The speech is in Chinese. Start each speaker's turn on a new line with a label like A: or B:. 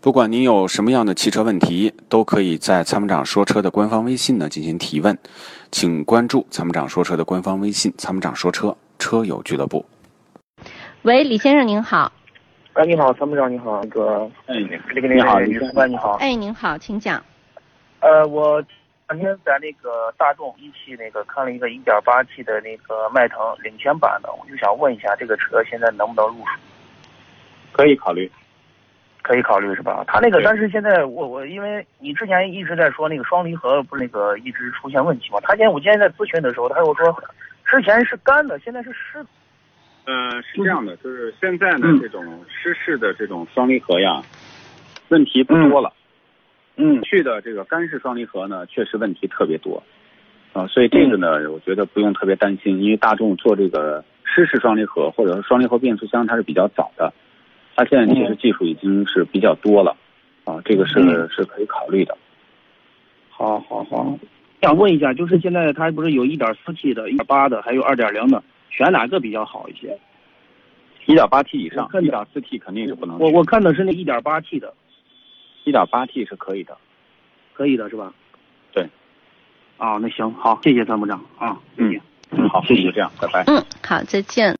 A: 不管您有什么样的汽车问题，都可以在参谋长说车的官方微信呢进行提问，请关注参谋长说车的官方微信“参谋长说车车友俱乐部
B: 喂，李先生您好。
C: 哎，你好，参谋长，你好，那个，
D: 哎，
C: 那个那个
D: 你好
C: 李
D: 你
C: 副官，你好。
B: 哎，您好，请讲。
C: 呃，我前天在那个大众一汽那个看了一个 1.8T 的那个迈腾领先版的，我就想问一下，这个车现在能不能入手？
D: 可以考虑。
C: 可以考虑是吧？它那个，
D: 对
C: 但是现在我我因为你之前一直在说那个双离合不是那个一直出现问题嘛？他今天我今天在咨询的时候，他又说之前是干的，现在是湿的。
D: 呃，是这样的，就是现在呢，
C: 嗯
D: 这种湿式的这种双离合呀，问题不多了。
C: 嗯
D: 过，去的这个干式双离合呢，确实问题特别多。啊、所以这个
C: 嗯
D: 呢，我觉得不用特别担心，因为大众做这个湿式双离合或者说双离合变速箱，它是比较早的，它现在其实技术已经是比较多了，啊、这个是、
C: 嗯
D: 是可以考虑的。
C: 好好好，想问一下，就是现在它不是有一点四 T 的、一点八的，还有二点零的，选哪个比较好一些？
D: 一点八 T 以上
C: 我，看
D: 一
C: 着
D: 点四 T 肯定是不能，
C: 我我看的是那一点八 T 的，
D: 一点八 T 是可以的。
C: 可以的是吧？
D: 对。
C: 啊，那行，好，谢谢参谋长啊，谢谢。
D: 嗯好，
C: 谢谢
D: 就这样，拜拜。
B: 嗯，好，再见。